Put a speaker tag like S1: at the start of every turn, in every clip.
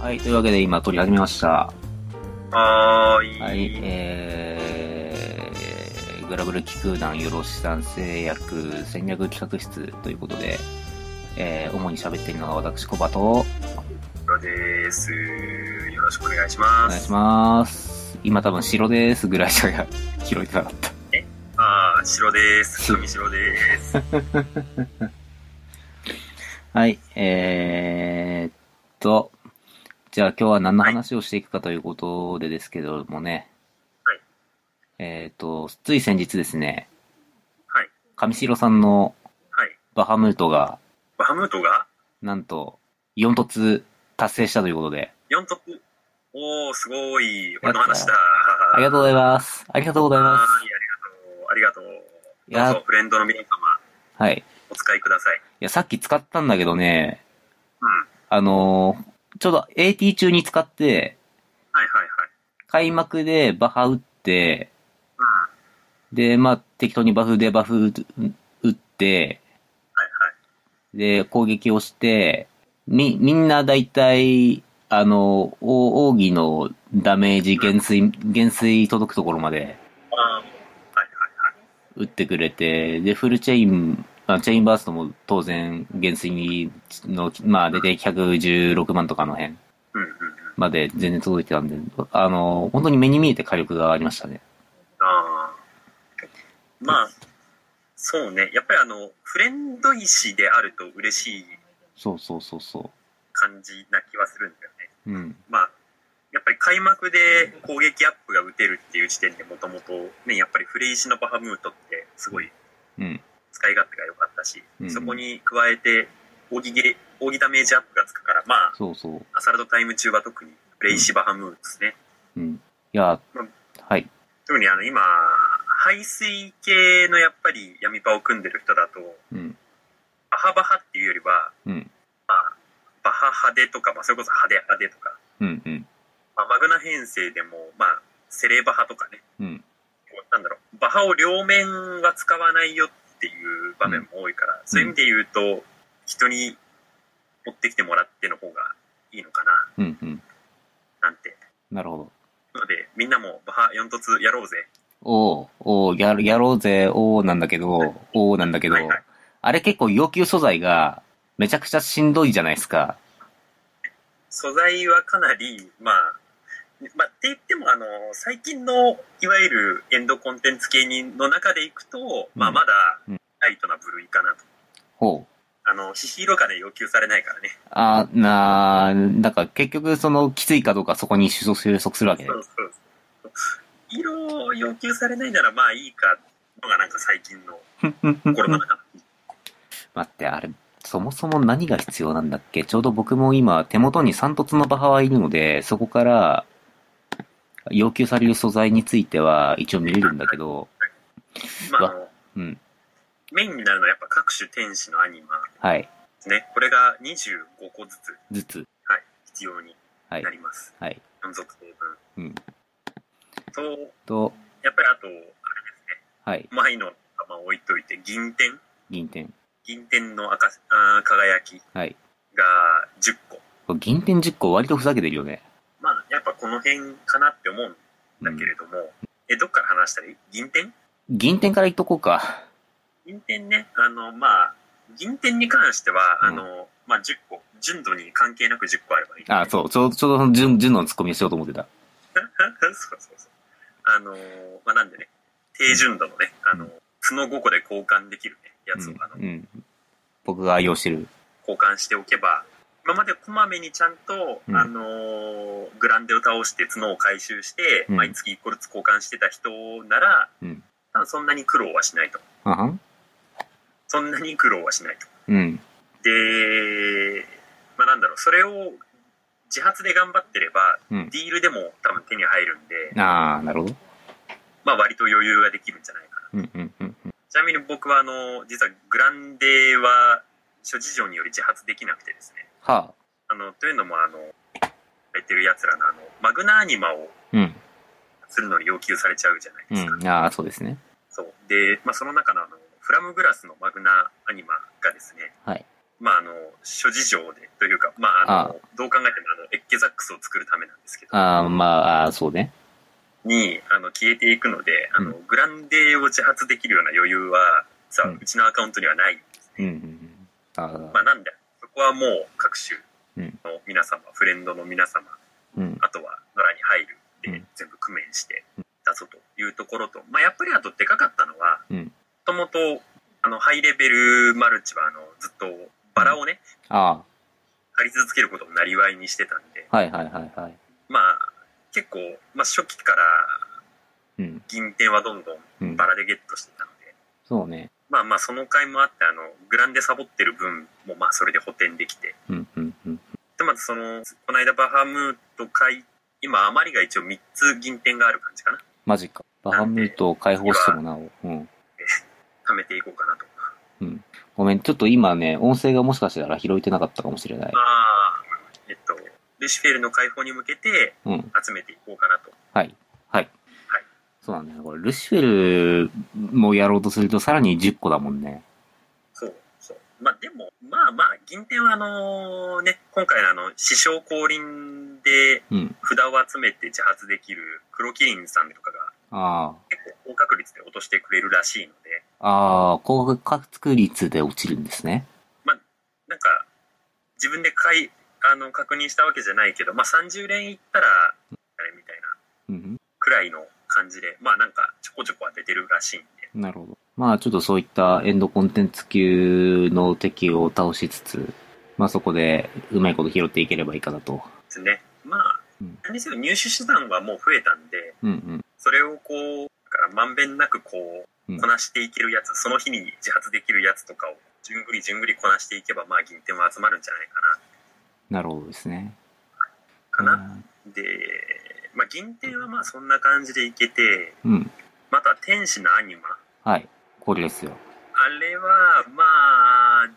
S1: はい、というわけで今撮り始めました。
S2: はーい。
S1: はい、えー、グラブル気空団よろしさん制約戦略企画室ということで、えー、主に喋っているのが私、コバと、お
S2: 黒です。よろしくお願いしま
S1: 願い
S2: す。
S1: します。今多分白ですぐらいしか拾えてな かった。
S2: あー、白です。上白です。
S1: はい、えーっと、じゃあ今日は何の話をしていくかということでですけどもね、
S2: はい
S1: えーっと、つい先日ですね、
S2: はい。
S1: 上白さんの
S2: はい。
S1: バハムートが、
S2: バハムートが
S1: なんと、4突達成したということで、
S2: 4突おー、すごい。俺の話だ。
S1: ありがとうございます。ありがとうございま
S2: は
S1: す。
S2: ーいありがとう。あり
S1: い
S2: がとう。
S1: や
S2: どうぞ、フレンドの皆様、
S1: はい。い
S2: お使いください。
S1: や、さっき使ったんだけどね、
S2: うん。はい
S1: あのーちょうど AT 中に使って、
S2: はい
S1: 開幕でバハ打って、
S2: はい。うん。
S1: で、まあ、適当にバフでバフ打って、
S2: はいはい。
S1: で、攻撃をして、み、みんな大体、あの、お奥義のダメージ減衰、減衰届くところまで
S2: あーはいはいは
S1: 打
S2: い。
S1: ってくれて、で、フルチェイン、あチェインバーストも当然、減衰の、まあ、出て116万とかの辺
S2: うんうんうん。
S1: まで全然届いてたんで、あの、本当に目に見えて火力がありましたね。
S2: ああ。まあ、そうね。やっぱりあの、フレンド石であると嬉しい
S1: そうそうそうそ
S2: 感じな気はするんだよね。
S1: う。うん。
S2: まあ、やっぱり開幕で攻撃アップが打てるっていう時点でもともと、ね、やっぱりフレイシのバハムートってすごい
S1: うん。
S2: 使い勝手が良かったし、
S1: うん
S2: そこに加えて、扇ゲ、扇ダメージアップがつくから、まあ、
S1: そうそう。
S2: アサルトタイム中は特にフレイシバハムートですね。
S1: うん。いや
S2: うん、
S1: はい。
S2: 特にあの、今、排水系のやっぱり闇パを組んでる人だと、
S1: うん。
S2: バハバハっていうよりは、
S1: うん。
S2: まあ、バハ派手とか、まあ、それこそ派手派手とか、
S1: うん。うん。
S2: まあ、マグナ編成でも、まあ、セレバハとかね、
S1: うん。
S2: こうなんだろう、バハを両面は使わないよっていう場面も多いから、そういう意味で言うと、人に持ってきてもらっての方がいいのかな、
S1: うん。うん。
S2: なんて。
S1: なるほど。
S2: なので、みんなもバハ4突やろうぜ。
S1: おう、おう、やる、やろうぜ、おうなんだけど、おうなんだけど
S2: はいはい、
S1: あれ結構要求素材がめちゃくちゃしんどいじゃないですか。
S2: 素材はかなり、まあ、まあ、って言っても、あの、最近の、いわゆるエンドコンテンツ系にの中でいくと、まあ、まだ
S1: うん、
S2: ライトな部類かなと。
S1: ほう。
S2: あの、ヒヒ色金要求されないからね。
S1: あ、なー、なんか結局そのきついかどうかそこに収束収束するわけ
S2: そうそうそう。色を要求されないならまあいいかのがなんか最近の心の中。
S1: 待って、あれ、そもそも何が必要なんだっけちょうど僕も今手元に三突のバハはいるので、そこから要求される素材については一応見れるんだけど、
S2: まああの、
S1: うん。
S2: メインになるのはやっぱ各種天使のアニマ
S1: はい。
S2: ですね。これが25個ずつ
S1: ずつ。
S2: 必要に
S1: はい
S2: な。ります。
S1: はい。
S2: 4属性分。
S1: うん
S2: と、
S1: と、
S2: やっぱりあと、あれ
S1: はい。
S2: 前のまあ置いといて、銀天
S1: 銀点。
S2: 銀天の赤あー輝き
S1: はい。
S2: が10個。
S1: これ銀点10個割とふざけてるよね。
S2: まあ、やっぱこの辺かなって思うんだけれども、え、どっから話したらいい銀天
S1: 銀点からいっとこうか。
S2: 銀天ね、あの、まあ、銀天に関しては、
S1: うん
S2: あの、まあ、10個、純度に関係なく10個あればいい。
S1: あ、
S2: う。
S1: そう、ちょうど、ちょうどその順、順のツッコミをしようと思ってた。
S2: そう そうそう。あの、まあ、なんでね、低純度のね、あの、角5個で交換できるね、やつを、あ
S1: うん。
S2: の
S1: うん。僕が愛用してる。
S2: 交換しておけば、今までこまめにちゃんと、
S1: うん
S2: あの、グランデを倒して角を回収して、
S1: うん
S2: 毎月1個ずつ交換してた人なら、
S1: うん
S2: 多分そんなに苦労はしないと。
S1: あはん
S2: そんなに苦労はしないと。
S1: うん。
S2: で、まあ、なんだろう、それを自発で頑張ってれば、
S1: うん
S2: ディールでも多分手に入るんで、
S1: あー、なるほど。
S2: まあ、割と余裕ができるんじゃないかな。
S1: うん、うん、うん。
S2: ちなみに僕は、あの、実はグランデは諸事情により自発できなくてですね。
S1: はあ。
S2: あの、というのも、あの、やってる奴らの、あの、マグナアニマを
S1: うん。
S2: するのに要求されちゃうじゃないですか。
S1: うん。あー、そうですね。
S2: そう。で、まあ、その中の、あの、フラムグラスのマグナアニマがですね、
S1: はい
S2: まあ、あの、諸事情で、というか、まあ、あの、
S1: あ
S2: どう考えても、あの、エッケザックスを作るためなんですけど、
S1: ああ、まあ、あーそうね。
S2: に、あの、消えていくので、あの、グランデーを自発できるような余裕は、さ、
S1: う
S2: うんちのアカウントにはない。
S1: うんうんうん。あ
S2: まあ、
S1: あ、
S2: なんで、そこはもう、各種の皆様、フレンドの皆様、
S1: うん。
S2: あとは野良に入るで、
S1: うん
S2: 全部工面して出そうというところと、まあ、やっぱりあとでかかったのは、
S1: うん
S2: もともとあのハイレベルマルチはあのずっとバラをね、
S1: あ
S2: 張り続けることをなりわいにしてたんで、
S1: あ、はいはいはいはい。
S2: まあ、結構、まあ、初期から
S1: うん。
S2: 銀天はどんど
S1: うんん
S2: バ。ラでゲットしてたので、
S1: そうね。
S2: まあまあその回もあってあのグランでサボってる分もまあそれで補填できて
S1: うんうんうん。
S2: でまずそのこの間バハムート回今余りが一応3つ銀天がある感じかな
S1: マジか。バハムートを解放してもなお。うん。
S2: 貯めていこうかなと。
S1: ごめん、ちょっと今ね、音声がもしかしたら拾えてなかったかもしれない。
S2: あーえっと、ルシフェルの解放に向けて
S1: うん。
S2: 集めていこうかなと。
S1: はい。はい。そうなんだよ。これ、ルシフェルもやろうとするとさらに10個だもんね。
S2: そう、そう。まあでも、まあまあ、銀天はあのね、今回のあの、師匠降臨で
S1: うん。
S2: 札を集めて自発できる黒キリンさんとかが
S1: あ
S2: 結構高確率で落としてくれるらしいので、
S1: あ。ああ、高確率で落ちるんですね。
S2: なんか、自分で買い、あの、確認したわけじゃないけど、まあ30連いったら、あれみたいな
S1: うん。
S2: くらいの感じで、まあなんかちょこちょこ当ててるらしいんで、
S1: なるほど。まあ、ちょっとそういったエンドコンテンツ級の敵を倒しつつ、まあそこでうまいこと拾っていければいいかなと。
S2: ですね。まあ
S1: うん、
S2: 何にせよ入手手段はもう増えたんで、
S1: うんうん。
S2: それをこう、だからまんべんなくこ
S1: うん
S2: う、こなしていけるやつ、その日に自発できるやつとかを、じゅんぐりじゅんぐりこなしていけば、まあ、銀天は集まるんじゃない
S1: なるほどですね。
S2: かな、かな。で、まあ、銀天はまあ、そんな感じでいけて、
S1: うん。うん。
S2: また、天使のアニマ。
S1: はい。これですよ。
S2: あれは、まあ、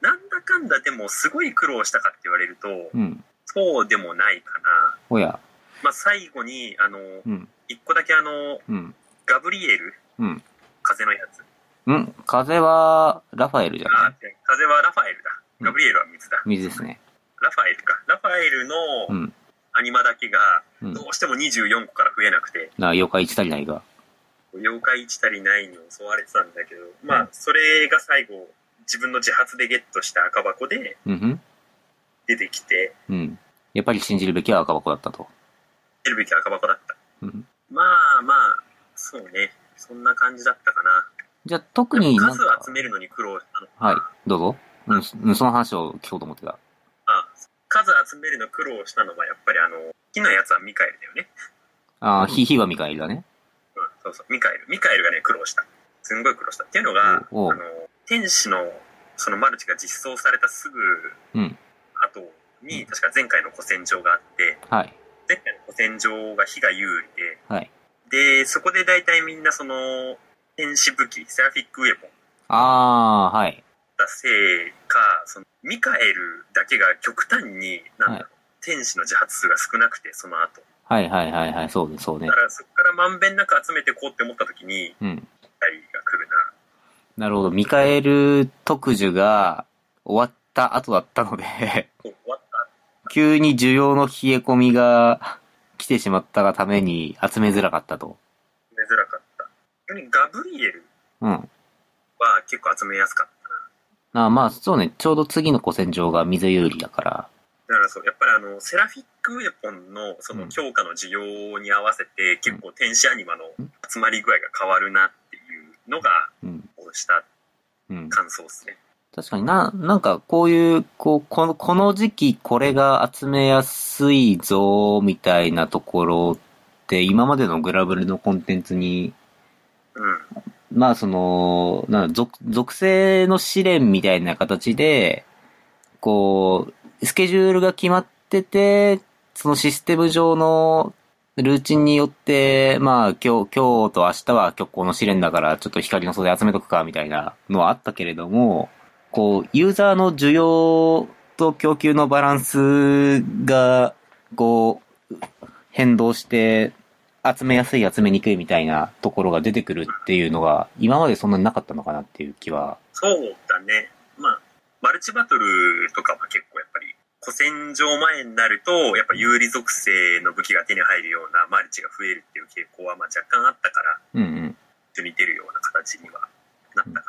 S2: なんだかんだでも、すごい苦労したかって言われると、
S1: うん。
S2: そうでもないかな。
S1: おや。
S2: まあ、最後に、あの、
S1: うん。
S2: 一個だけあの、
S1: うん。
S2: ガブリエル、
S1: うん。
S2: 風のやつ。
S1: うん。風は、ラファエルじゃな
S2: あ
S1: い
S2: 風はラファエルだ。
S1: うん
S2: ガブリエルは水だ。
S1: 水ですね。
S2: ラファエルか。ラファエルの
S1: うん。
S2: アニマだけが、
S1: うん。
S2: どうしても24個から増えなくて、
S1: な、妖怪一足りないが。
S2: 妖怪1たりないに襲われてたんだけど、ま
S1: うん
S2: あ、それが最後、自分の自発でゲットした赤箱で
S1: うんふん。
S2: 出てきて、
S1: うん。やっぱり信じるべきは赤箱だったと。
S2: 出るべき赤箱だった。
S1: うんふん。
S2: まあまあ、そうね。そんな感じだったかな。
S1: じゃあ、特になん
S2: 数
S1: か、
S2: 集めるのに苦労したの。
S1: はい。どうぞ。うんうん、その話を聞こうと思ってた。
S2: あ数集めるの苦労したのは、やっぱりあの、木のやつはミカエルだよね。
S1: ああ、ひひはみかえりだね。
S2: うん、そうそう、ミカエル。ミカエルがね、苦労した。すんごい苦労した。っていうのが、あ
S1: おう
S2: の、天使の、そのマルチが実装されたすぐ
S1: うん、
S2: 後に、確か前回の古戦場があって、
S1: はい。
S2: 前回の古戦場が火が有利
S1: はい。
S2: で、で、そこで大体みんなその、天使武器、セラフィックウェポン
S1: ああ、はい。
S2: だせいか、その、ミカエルだけが極端に、なんだろう、
S1: はい
S2: 天使の自発数が少なくて、その後。
S1: はいはいはいはい、そうね、そうね
S2: だか。ら、そこからまんべんなく集めてこうって思った時に、
S1: うん。
S2: 二人が来るな。
S1: なるほど。ミカエル特需が終わった後だったので、
S2: お終わった
S1: 急に需要の冷え込みが来てしまったがために集めづらかったと。
S2: 集めづらかった。逆にガブリエル
S1: うん。
S2: は結構集めやすかった
S1: あまあ、そうね、ちょうど次の古戦場が水有利だから。
S2: な。だからそう、やっぱりあの、セラフィックウェポンのそ
S1: うん
S2: の強化の需要に合わせて、結構天使アニマの集まり具合が変わるなっていうのが、
S1: うん。
S2: こうした
S1: うん。
S2: 感想ですね。
S1: 確かにな、なんかこういう、こう、この、この時期これが集めやすいぞ、みたいなところって、今までのグラブルのコンテンツに、
S2: うん。
S1: まあその、なんだ属、属性の試練みたいな形で、こう、スケジュールが決まってて、そのシステム上のルーチンによって、まあ今日、今日と明日は極光の試練だから、ちょっと光の袖集めとくか、みたいなのはあったけれども、こう、ユーザーの需要と供給のバランスが、こう、変動して、集めやすい、集めにくいみたいなところが出てくるっていうのが、今までそんなになかったのかなっていう気は。
S2: そうだね。まあ、マルチバトルとかは結構やっぱり、古戦場前になると、やっぱ有利属性の武器が手に入るようなマルチが増えるっていう傾向は、まあ若干あったから、
S1: うんうん。
S2: 一緒に出るような形にはなったかな。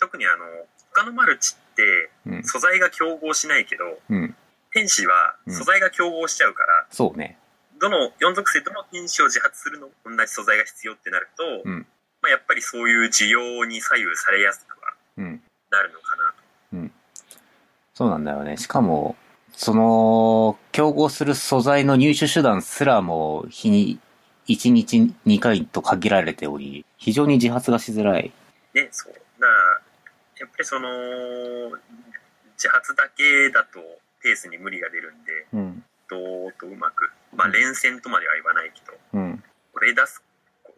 S2: 特にあの、他のマルチって
S1: うん。
S2: 素材が競合しないけど、
S1: うん。
S2: 天使は
S1: うん
S2: 素材が競合しちゃうから、
S1: そうね。
S2: どの4属性どの品種を自発するのも同じ素材が必要ってなると、
S1: うん
S2: まあ、やっぱりそういう需要に左右されやすくは
S1: うん。
S2: なるのかなと。
S1: そうなんだよね。しかも、その、競合する素材の入手手段すらも、日に、1日2回と限られており、非常に自発がしづらい。
S2: ね、そう。だから、やっぱりその、自発だけだとペースに無理が出るんで、
S1: うん。
S2: どうとうまく、まあ連戦とまでは言わないけど、
S1: うん。
S2: これ出す、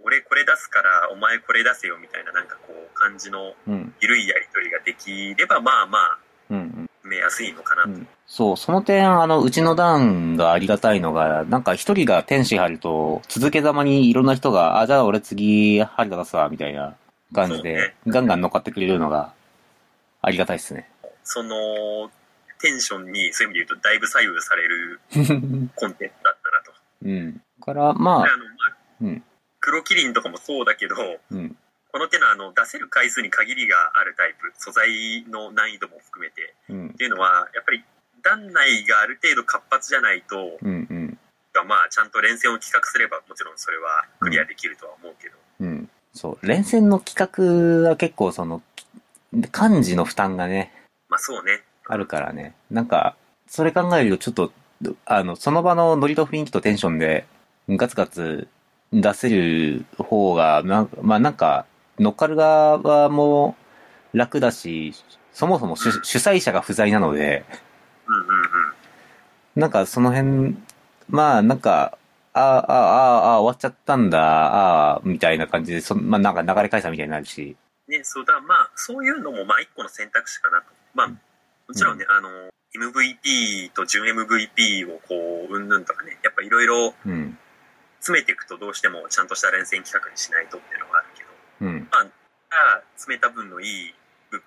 S2: 俺これ出すからお前これ出せよみたいななんかこう感じの
S1: うん。
S2: 緩いやりとりができれば、まあまあ、
S1: うん。うん。
S2: 埋めやすいのかなと。
S1: そう、その点、あの、うちの段がありがたいのが、なんか一人が天使入ると、続けざまにいろんな人が、あ、じゃあ俺次、針出すわ、みたいな感じ
S2: そうね
S1: で、ガンガン乗っかってくれるのが、ありがたいです ね。
S2: その、テンションに、そういう意味で言うと、だいぶ左右される
S1: うん。
S2: コンテンツだったなと。
S1: だから、ま
S2: で
S1: あ、
S2: あの、まあ、
S1: うん
S2: 黒キリンとかもそうだけど、
S1: うん。
S2: この手のあの、出せる回数に限りがあるタイプ、素材の難易度も含めて、
S1: うん
S2: っ。ていうのは、やっぱり、団内がある程度活発じゃないと、
S1: うん。うん。
S2: まあ、ちゃんと連戦を企画すれば、もちろんそれはクリアできるとは思うけど、
S1: うん。そう。連戦の企画は結構その、漢字の負担がね、
S2: まあそうね。
S1: あるからね。なんか、それ考えるとちょっと、あの、その場のノリと雰囲気とテンションで、ガツガツ出せる方が、なんまあなんか、乗っかる側も楽だし、そもそも主主催者が不在なので、
S2: うんうんうん。
S1: なんかその辺、まあなんか、ああ、ああ、ああ、終わっちゃったんだ、ああ、みたいな感じで、そんまあなんか流れ解散みたいになるし、
S2: ね、そうだ、まあ、そういうのも、まあ、一個の選択肢かなと。まあ、もちろんね、あの、MVP と準 MVP をこう、うんぬんとかね、やっぱいろいろ
S1: うん、
S2: 詰めていくとどうしてもちゃんとした連戦企画にしないとっていうのがあるけど、
S1: うん、
S2: ああ、詰めた分のいい部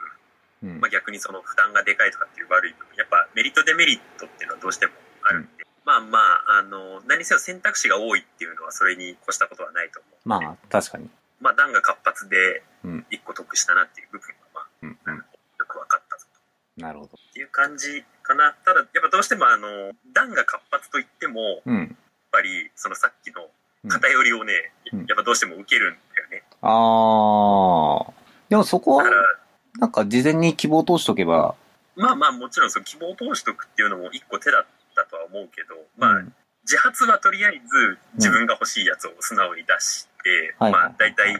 S2: 分、
S1: うん
S2: まあ、、逆にその負担がでかいとかっていう悪い部分、やっぱメリットデメリットっていうのはどうしてもあるんで、まあまあ、あの、何せよ選択肢が多いっていうのはそれに越したことはないと思う。
S1: まあ確かに。
S2: まあ、段が活発で
S1: うん、
S2: 一個得したなっていう部分は、まあ、
S1: うん、うん、
S2: よく分かったぞ。
S1: なるほど。
S2: っていう感じかな。ただ、やっぱどうしてもあの、段が活発といっても、やっ
S1: うん。
S2: ぱり、そのさっきの
S1: うん
S2: 偏りをね、
S1: うん
S2: やっぱどうしても受けるんだよね。
S1: ああ。でもそこは
S2: だか、ら、
S1: なんか事前に希望を通しとけば、
S2: まあまあもちろんその希望を通しとくっていうのも一個手だったとは思うけど、ま
S1: う
S2: あ
S1: ん、
S2: 自発はとりあえず自分が欲しいやつを素直に出して、
S1: はい
S2: まあ大体、
S1: は
S2: ない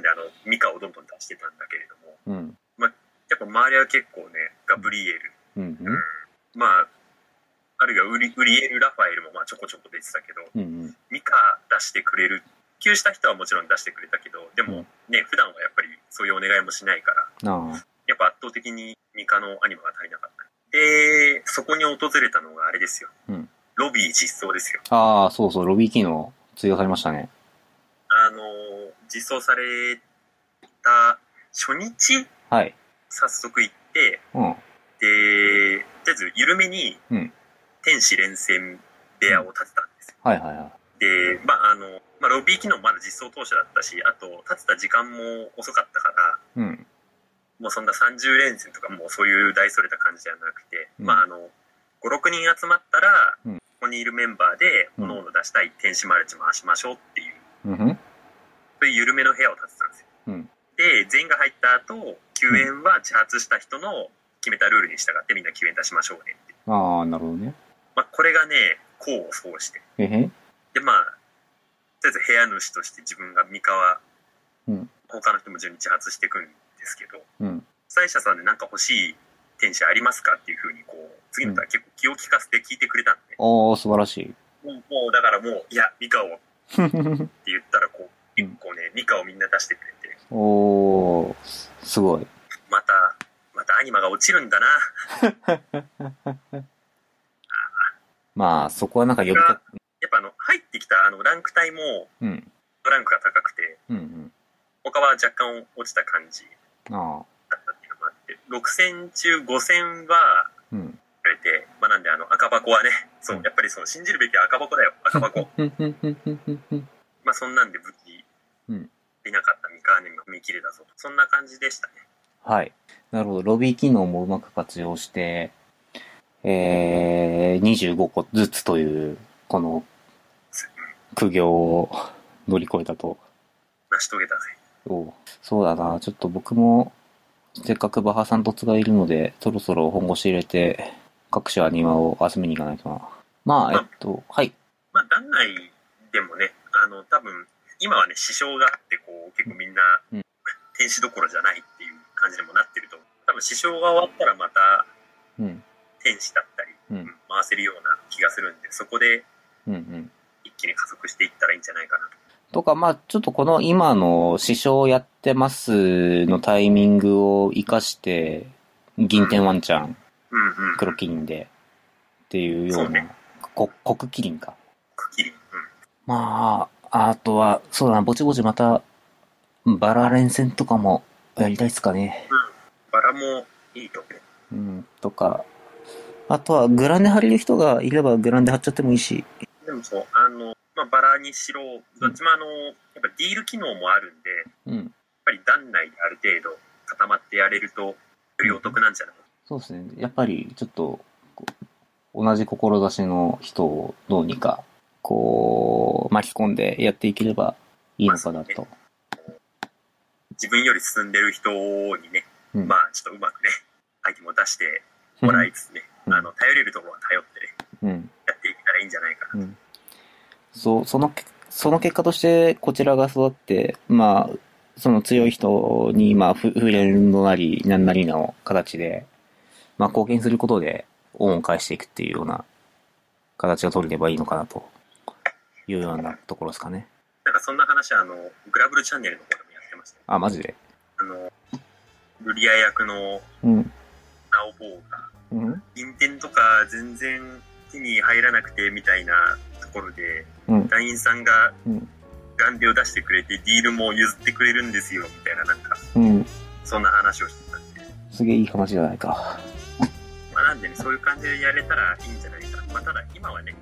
S2: んであの、ミカをどんどん出してたんだけれども、
S1: うん、
S2: やっぱ周りは結構ね、ガブリエル、
S1: うん、
S2: まあ、あるいはウリウリエル・ラファエルもまあちょこちょこ出てたけど、
S1: うん、うん、
S2: ミカ出してくれる普及した人はもちろん出してくれたけどでもね、普段はやっぱりそういうお願いもしないから
S1: ああ、
S2: やっぱ圧倒的にミカのアニメが足りなかったでそこに訪れたのがあれですよ、
S1: うん
S2: ロビー実装ですよ
S1: ああ、そうそう、ロビー機能追加されましたね。
S2: あのー実装された初日
S1: はい。
S2: 早速行って
S1: うん、
S2: でとりあえず緩めに
S1: うん
S2: 天使連戦部屋を建てたんですよ
S1: はいはいは
S2: で、まああのまあ、ロビー機能まだ実装当初だったしあと立てた時間も遅かったから
S1: い。うん、
S2: もうそんな30連戦とかもうそういう大それた感じじゃなくて、
S1: うん
S2: まああの56人集まったら、
S1: うん
S2: ここにいるメンバーで
S1: うん
S2: 各々出したい天使マルチ回しましょうっていう
S1: うんふん、
S2: そういう緩めの部屋を建てたんですよ、
S1: うん
S2: で全員が入った後救援は自発した人の決めたルールに従ってみんな救援出しましょうねって、
S1: ああ、なるほどね。
S2: まあ、これがね功を奏して
S1: えへ、
S2: でまあとりあえず部屋主として自分が三河、
S1: うん
S2: 他の人も順に自発していくんですけど
S1: うん、
S2: 主催者さんで何か欲しい天使ありますかっていうふうにこう次の人は結構気を利かせて聞いてくれたんで、
S1: おー、素晴らしい。
S2: もうもうだからもう「いや三河を」って言ったらこう
S1: うん
S2: 結構ね三河をみんな出してくれて
S1: おー、すごい。
S2: またまたアニマが落ちるんだな
S1: まあ、そこはなんか呼びか、
S2: やっぱあの入ってきたあのランク帯も
S1: うん、
S2: ランクが高くて
S1: うん、
S2: 他は若干落ちた感じ
S1: うん、ああ、
S2: だったっていうのもあって、 6戦中5戦は、
S1: うん。
S2: 売れて、まあ、なんであの赤箱はね、そう
S1: うん、
S2: やっぱりその信じるべき赤箱だよ、赤箱。
S1: ふんふんふんふんふんふん
S2: まあそんなんで武器
S1: うん
S2: いなかった三河にも見切れだぞと。そんな感じでしたね。
S1: はい。なるほど。ロビー機能もうまく活用して、えー、25個ずつという、この、苦行を乗り越えたと。
S2: 成し遂げたぜ。
S1: おそうだな。ちょっと僕も、せっかくバハさんとつがいるので、そろそろ本腰入れて、各社庭を集めに行かないとな。まあ、えっと、はい。
S2: まあ団内でもね、あの多分、今はね、支障があって、こう、結構みんな
S1: うん、
S2: 天使どころじゃないっていう感じにもなってると思う。多分、支障が終わったらまた、
S1: うん。
S2: 天使だったり、
S1: うん
S2: うん回せるような気がするんで、そこで
S1: うんうん。
S2: 一気に加速していったらいいんじゃないかなと。
S1: とか、まあ、ちょっとこの今の師匠やってますのタイミングを活かして、銀天ワンちゃん、
S2: うんうん。
S1: 黒キリンで、っていうよう
S2: そう
S1: な
S2: ね、
S1: こ黒キリンか。
S2: くっきり。うん。
S1: まあ、あとは、そうだな、ぼちぼちまた、バラ連戦とかもやりたいっすかね。
S2: バラもいいと思う。
S1: うん、とか、あとはグランデ張れる人がいればグランデ張っちゃってもいいし、
S2: でもそう、あの、まあ、バラにしろ、どっちもあの、やっぱディール機能もあるんで、やっ
S1: うん。
S2: ぱり団内である程度固まってやれると、よりお得なんじゃない
S1: そうですね。やっぱり、ちょっと、こう同じ志の人をどうにか、こう、巻き込んでやっていければいいのかなと。
S2: 自分より進んでる人にね、
S1: うん
S2: まあ、ちょっとうまくね、相手も出してもらいつつね、
S1: うん
S2: あの、頼れるところは頼って
S1: う
S2: ね、
S1: ん。
S2: やっていけたらいいんじゃないかな。
S1: そう、そのけ、その結果として、こちらが育って、まあ、その強い人に、まあ、ふ触れるのなり、なんなりの形で、まあ、貢献することで、恩を返していくっていうような、形が取れればいいのかな、というようなところですかね。
S2: なんかそんな話は、あの、グラブルチャンネルの方でもやってましたね。
S1: あ、マジで
S2: あの、ルリア役の
S1: うん。
S2: ナオボーが、
S1: うん。
S2: 銀天とか全然手に入らなくてみたいなところで、
S1: うん
S2: 団員さんが
S1: うん
S2: ガンデを出してくれてディールも譲ってくれるんですよみたいななんか
S1: うん。
S2: そんな話をしてたんで、
S1: すげえいい話じゃないか。
S2: まあ、なんでねそういう感じでやれたらいいんじゃないかな、まあ、ただ今はね